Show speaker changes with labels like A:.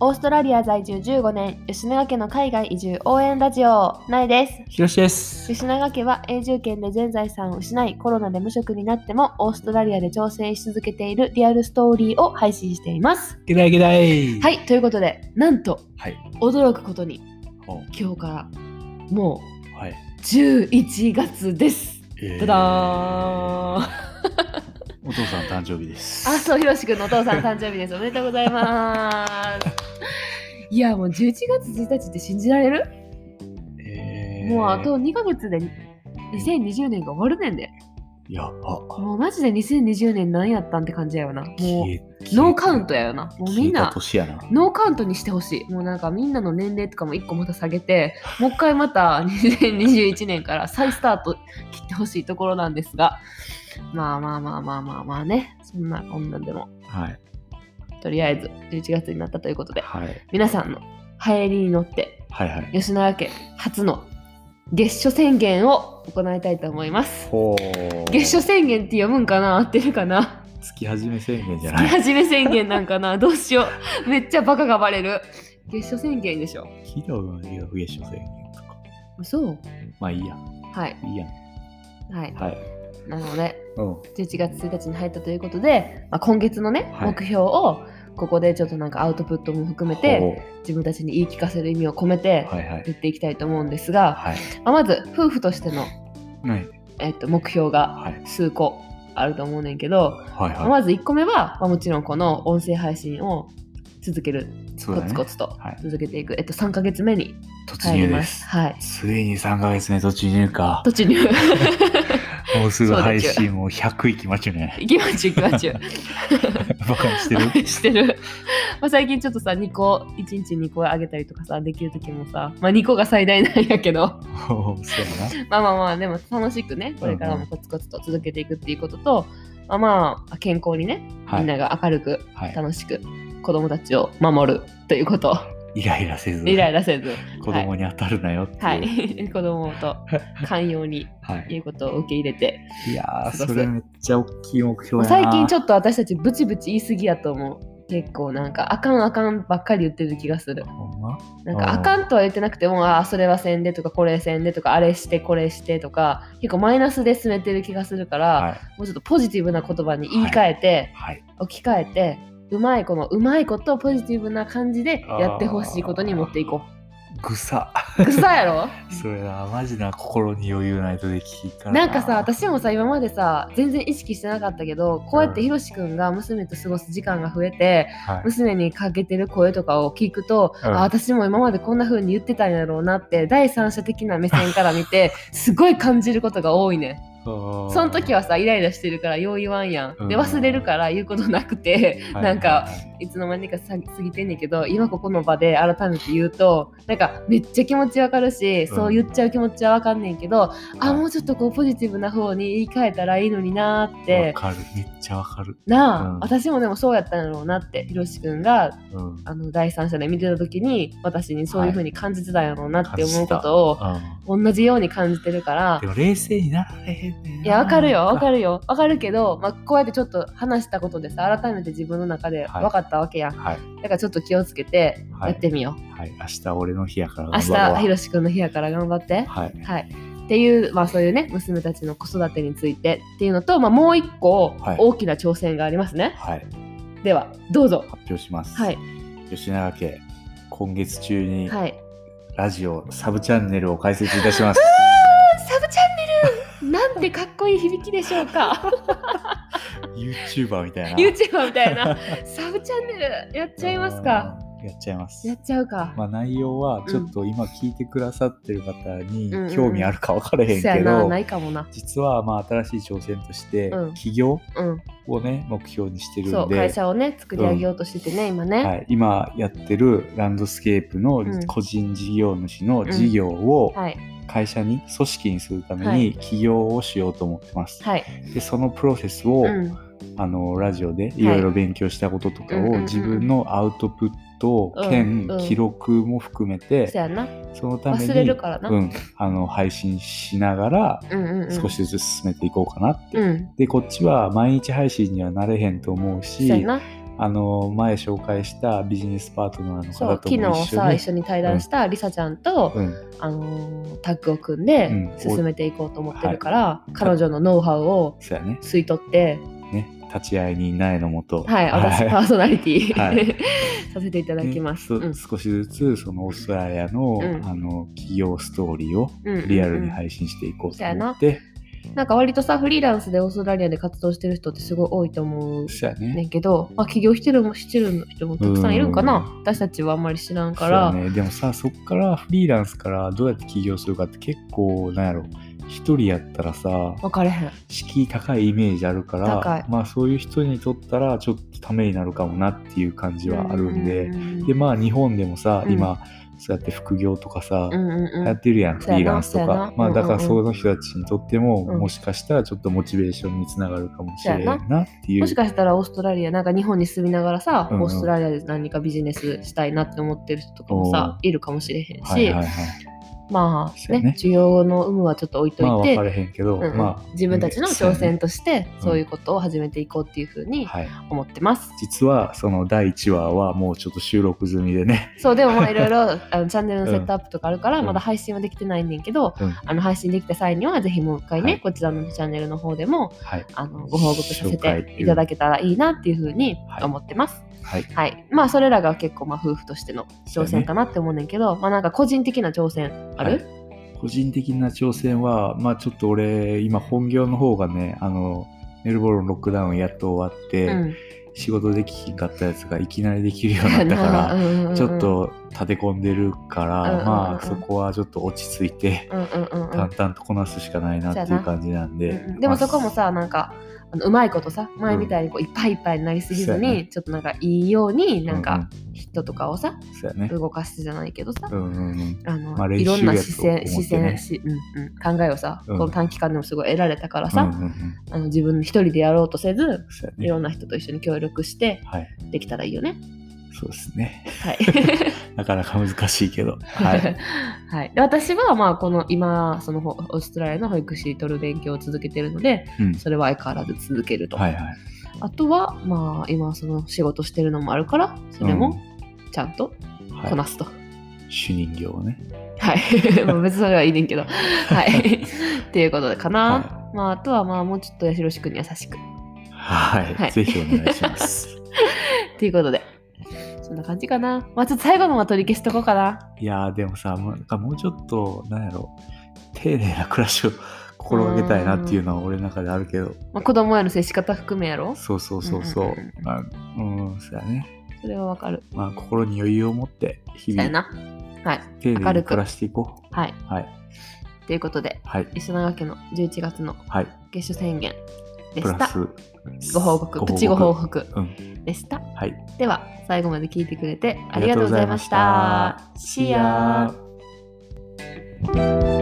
A: オーストラリア在住15年、吉永家の海外移住応援ラジオ、ないです。
B: ひろしです。
A: 吉永家は永住権で全財産を失いコロナで無職になってもオーストラリアで挑戦し続けているリアルストーリーを配信しています。
B: ゲダイゲダイ。。
A: はいいということでなんと、
B: はい
A: 驚くことに今日からも
B: はい。
A: う11月です。
B: えー
A: ただーん、あ
B: お父さん誕生日です。
A: そうひろしくんのお父さんの誕生日ですおめでとうございます。いやもう11月1日って信じられる、
B: えー
A: もうあと2ヶ月で2020年が終わるねんで
B: やば。
A: もうマジで2020年何やったんって感じやよな。も
B: 消え
A: うノーカウント。やよな。もう
B: 消え
A: みん
B: 消え
A: な
B: た、年やな。
A: ノーカウントにしてほしい。もうなんかみんなの年齢とかも一個また下げて、もう一回また2021年から再スタート切ってほしいところなんですが、まあまあまあまあまあまあね、そんなこんなんでも、
B: はい。
A: とりあえず11月になったということで、
B: はい。
A: 皆さんの流行りに乗って、
B: はいはい。
A: 吉永家初の月初宣言を行いたいと思います。
B: ほー
A: 月初宣言って読むんかな合ってるかな
B: 月始め宣言じゃ
A: 月
B: ない。
A: 始め宣言なんかなどうしようめっちゃバカがバレる月初宣言でしょ
B: ひろの留学月初宣言とか。
A: そう
B: まあいいや。
A: はい
B: いいや。
A: はい
B: はい。
A: なので
B: うん。
A: 11月1日に入ったということで、まあ、今月のね、
B: はい
A: 目標をここでちょっとなんかアウトプットも含めて自分たちに言い聞かせる意味を込めて
B: ほうはいはい。
A: 言っていきたいと思うんですが、
B: はい。
A: まあまず夫婦としての、
B: はい。
A: えっと、目標が
B: はい。
A: 数個あると思うねんけど、
B: はい
A: まあ
B: は
A: まず1個目は、まあ、もちろんこの音声配信を続ける
B: い。そう
A: コ
B: だね
A: ツ。コツと
B: はい
A: 続けていく、えっと、3ヶ月目に
B: 突
A: 入り
B: 入
A: ま。
B: ですす。
A: はい。
B: ついに3ヶ月目突入か。
A: 途中に
B: もうすぐ配信もう100いきまちゅ ね。
A: 行きまちゅ行きまちゅ。
B: バカにして る
A: してる。まあ最近ちょっとさ、2個、1日2個上げたりとかさ、できる時もさ、まあ2個が最大なんやけど、
B: おーそうや
A: ま
B: な。
A: あまあまあ、でも楽しくね、これからもコツコツと続けていくっていうことと、まあまあ、健康にね、
B: は
A: みん
B: い。
A: なが明るく、
B: はい、
A: 楽しく、子供たちを守るということ、
B: イライラせず、
A: イライラせず、
B: 子供に当たるなよっていう。
A: はい、 子供と寛容に
B: はい、
A: いうことを受け入れて、
B: いやー、
A: そうそ
B: そうれめっちゃ大きい目標やな。
A: 最近ち
B: ょっ
A: ょっと私たちブチブチ言いすぎやと思う結構なんかあかんあかんばっかり言ってる気がする
B: と。ほんま
A: なんか
B: あ
A: あ
B: ー
A: かんとは言ってなくてもああそれはせんでとかこれせんでとかあれしてこれしてとか結構マイナスで進めてる気がするから、
B: はい。
A: もうちょっとポジティブな言葉に言い換えて、
B: はい。
A: 置き換えてうまいこのうまいことをポジティブな感じでやってほしいことに持っていこ
B: ぐさ。
A: う草や ろ
B: それな、マジな心に余裕ないとできんから
A: なんかさ、私もさ今までさ全然意識してなかったけどこうやってひろしくんが娘と過ごす時間が増えて
B: はい、
A: 娘にかけてる声とかを聞くと、
B: うん
A: あ私も今までこんな風に言ってたんやろうなって第三者的な目線から見 てすごい感じることが多いねんその時
B: は、
A: はさイライラしてるからよう言わんやんで
B: うん
A: 忘れるから言うことなくて、
B: はい
A: なんか
B: はいはい
A: いつの間にかさ過ぎてんねんけど今ここの場で改めて言うとなんかめっちゃ気持ちわかるし、
B: うん
A: そう言っちゃう気持ちはわかんねんけど、あ
B: はい
A: もうちょっとこうポジティブな方に言い換えたらいいのになーって
B: わ。かる、めっちゃわかる。
A: なあ、
B: うん
A: 私もでもそうやったんやろうなってひろしくんが
B: うん。うん。
A: あの第三者で見てた時に私にそういう風に感じてたんやろうなって思うことを同じように感じてるから
B: でも冷静になられへんねんな。
A: いやわかるよわか
B: る。
A: るよわかるけど、まあ、こうやってちょっと話したことでさ改めて自分の中で
B: はい
A: 分かったわけやん、
B: はい。
A: だからちょっと気をつけて
B: は
A: や
B: い
A: ってみよう、
B: はい、明日俺の日やから
A: 明
B: 頑張るわ
A: 日ひろしくんの日やから頑張って
B: はい。
A: はいっていう、まあ、そういうね娘たちの子育てについてっていうのと、まあ、もう一個
B: はい
A: 大きな挑戦がありますね、
B: はい。
A: ではどうぞ
B: 発表します。
A: はい。
B: 吉永家、今月中に
A: はい
B: ラジオ、サブチャンネルを開設いた します。
A: サブチャンネルなんてかっこいい響きでしょうか
B: YouTuber みたいな。
A: YouTuber みたい なサブチャンネルやっちゃいますか
B: うん。やっちゃいます
A: や。っちゃうか、
B: まあ内容はちょっと今聞いてくださってる方に
A: うんうん
B: 興味あるか分から
A: そ
B: へん
A: や
B: け
A: な
B: ど
A: な、いかもな
B: 実はまあ新しい挑戦として
A: うん
B: 起業
A: うん
B: をね、目標にしてる
A: そ
B: ん
A: う
B: で。
A: 会社をね作り上げようとしててね、今ね、
B: はい、今やってるランドスケープの
A: ん
B: 個人事業主の事業を
A: はい
B: 会社に組織にするため
A: は
B: に
A: い
B: 起業をしようと思ってます、
A: はい
B: でそのプロセスを、
A: うん
B: あのラジオでいろいろ勉強したこととか
A: うんうんう
B: を
A: ん
B: 自分のアウトプット
A: う
B: 兼
A: んうん
B: 記録も含め
A: そ
B: て
A: やな
B: そのために
A: 忘れるからな、
B: うん、あの配信しながら
A: うんうんうん
B: 少しずつ進めていこうかなって、
A: うん
B: でこっちは毎日配信にはなれへんと思う
A: そ
B: し
A: やな
B: あの前紹介したビジネスパートナーの
A: そう
B: 方
A: 昨
B: とも
A: 日
B: 一緒
A: さ
B: に
A: 一緒に対談したりさちゃんと、
B: うん、
A: あのータッグを組ん
B: う
A: で
B: ん
A: 進めていこうと思ってるから、彼女のノウハウを
B: そうやね
A: 吸い取って、
B: ね立ち会いに苗のもと
A: はい、私パーソナリティ、
B: はい
A: させていただきます。
B: で
A: うん
B: そ少しずつそのオーストラリアの,、
A: うん
B: あの企業ストーリーを
A: うんうんうん
B: リアルに配信していこうと思って、
A: なんか割とさフリーランスでオーストラリアで活動してる人ってすごい多いと思う
B: そうやね
A: ねんけど、まあ、起業してるもしてる人もたくさんいるんかな
B: う
A: 私たちはあんまり知らんから
B: そうやね、でもさそっからフリーランスからどうやって起業するかって結構なんやろ一人やったらさ
A: 分かれへん
B: 敷居高いイメージあるから
A: 高い
B: まあそういう人にとったらちょっとためになるかもなっていう感じはあるんで、
A: う
B: でまあ日本でもさ、
A: うん
B: 今そうやって副業とかさ、
A: うんうんうん
B: やってるやん、
A: そ
B: フ
A: うやな
B: リーランスと
A: そうやな
B: か。ま
A: う
B: あ
A: んうんうん
B: だからその人たちにとっても、
A: うん
B: もしかしたらちょっとモチベーションにつながるかもしれんなっていう。
A: もしかしたらオーストラリアなんか日本に住みながらさ、
B: うんうん
A: オーストラリアで何かビジネスしたいなって思ってる人とかもさいるかもしれへんし、
B: はいはいはい。
A: まあ
B: そう
A: ね
B: やね
A: 需要の有無はちょっと置いと
B: まあ
A: い
B: 分
A: て、
B: かれへんけど、
A: うんうん
B: まあ。
A: 自分たちの挑戦として
B: ん
A: そういうことを始めていこうっていうふう
B: ね
A: に
B: はい。
A: 思ってます。
B: 実はその第1話はもうちょっと収録済みでね。
A: そうでもまあいろいろあのチャンネルのセットアップとかあるから、
B: うん
A: まだ配信はできてないねんだけど、
B: うん
A: あの配信できた際にはぜひもう一回ね、
B: はい
A: こちらのチャンネルの方でも
B: はい。
A: あのご報告させ
B: 紹介ってていう
A: いただけたらいいなっていうふうに
B: はい
A: 思ってます。
B: はい。
A: はい、まあそれらが結構まあ夫婦としての挑戦かなって思うねんけど、まあなんか個人的な挑戦ある、
B: はい個人的な挑戦は、まあちょっと俺、今本業の方がね、あの、メルボルンロックダウンやっと終わって、
A: うん
B: 仕事できひんかったやつがいきなりできる ようになったから、
A: うんうんうん
B: ちょっと立て込んでるから、
A: うんうんうん
B: まあそこはちょっと落ち着いて、
A: うんうんうんうん
B: 淡々とこなすしかないなっていう感じなんで、
A: うんうんでもそこもさなんかあのうまいことさ前みたいにこういっぱいいっぱいになりすぎず
B: そうや
A: に、ちょっとなんかいいように
B: まあ
A: なん
B: う
A: か
B: ん
A: 人とかをさ
B: うんそうやね、
A: 動かしてじゃないけどさ、
B: うんうんうん
A: あの
B: まあ練
A: い
B: 習
A: ろんな視
B: や
A: 線、
B: と思
A: 視
B: ってね
A: 線し、うんうん、考えをさ、
B: うん
A: この短期間でもすごい得られたから
B: うん
A: さ、
B: うんうん
A: あの自分一人でやろうとせず
B: そうや
A: い
B: ね
A: ろんな人と一緒に協力して
B: はい
A: できたらいいよね。
B: そうですね
A: はい、
B: なかなか難しい けどはい
A: はい、で私はまあこの今そのほオーストラリアの保育士取る勉強を続けてるので
B: うん
A: それは相変わらず続けると、
B: はいはい
A: あとはまあ今その仕事してるのもあるからそれもちゃんと
B: うん
A: こ
B: は
A: なすと。
B: い、主人形をね
A: はい。 まあ別にそれはいいねんけど。 はい。っていうことでかな。
B: は
A: まああとはまあもうちょっと八代志くんに優しく。っ
B: はい、
A: はい
B: ぜひお願いします
A: ていうことで。そんな感じかな。まあちょっと最後のま取り消しとこうかな。
B: いやーでもさもうなんかもうちょっとなんやろ丁寧な暮らしを心がけたいなっていうのは俺の中であるけど
A: まあ子供への接し方含めやろ。
B: そうそうそうそう,、
A: うんうんうんうん
B: まあうんそうやね
A: それはわかる。
B: まあ心に余裕を持って日
A: みたい
B: 々
A: な。はい。
B: 丁
A: 明
B: 寧
A: る
B: に
A: く
B: 暮らしていこう
A: はい。
B: はい
A: ということで、
B: はい
A: 石永家の11月の
B: はい
A: 月初宣言で
B: プ
A: し
B: ラ
A: た。
B: ス
A: ご報告、プチご報告
B: う
A: でした。
B: はい
A: では、最後まで聞いてくれてあ
B: あ
A: り
B: り
A: が
B: が
A: とうご
B: とうご
A: ざ
B: ざ
A: い
B: い
A: ま
B: ま
A: し
B: したた。
A: シアー。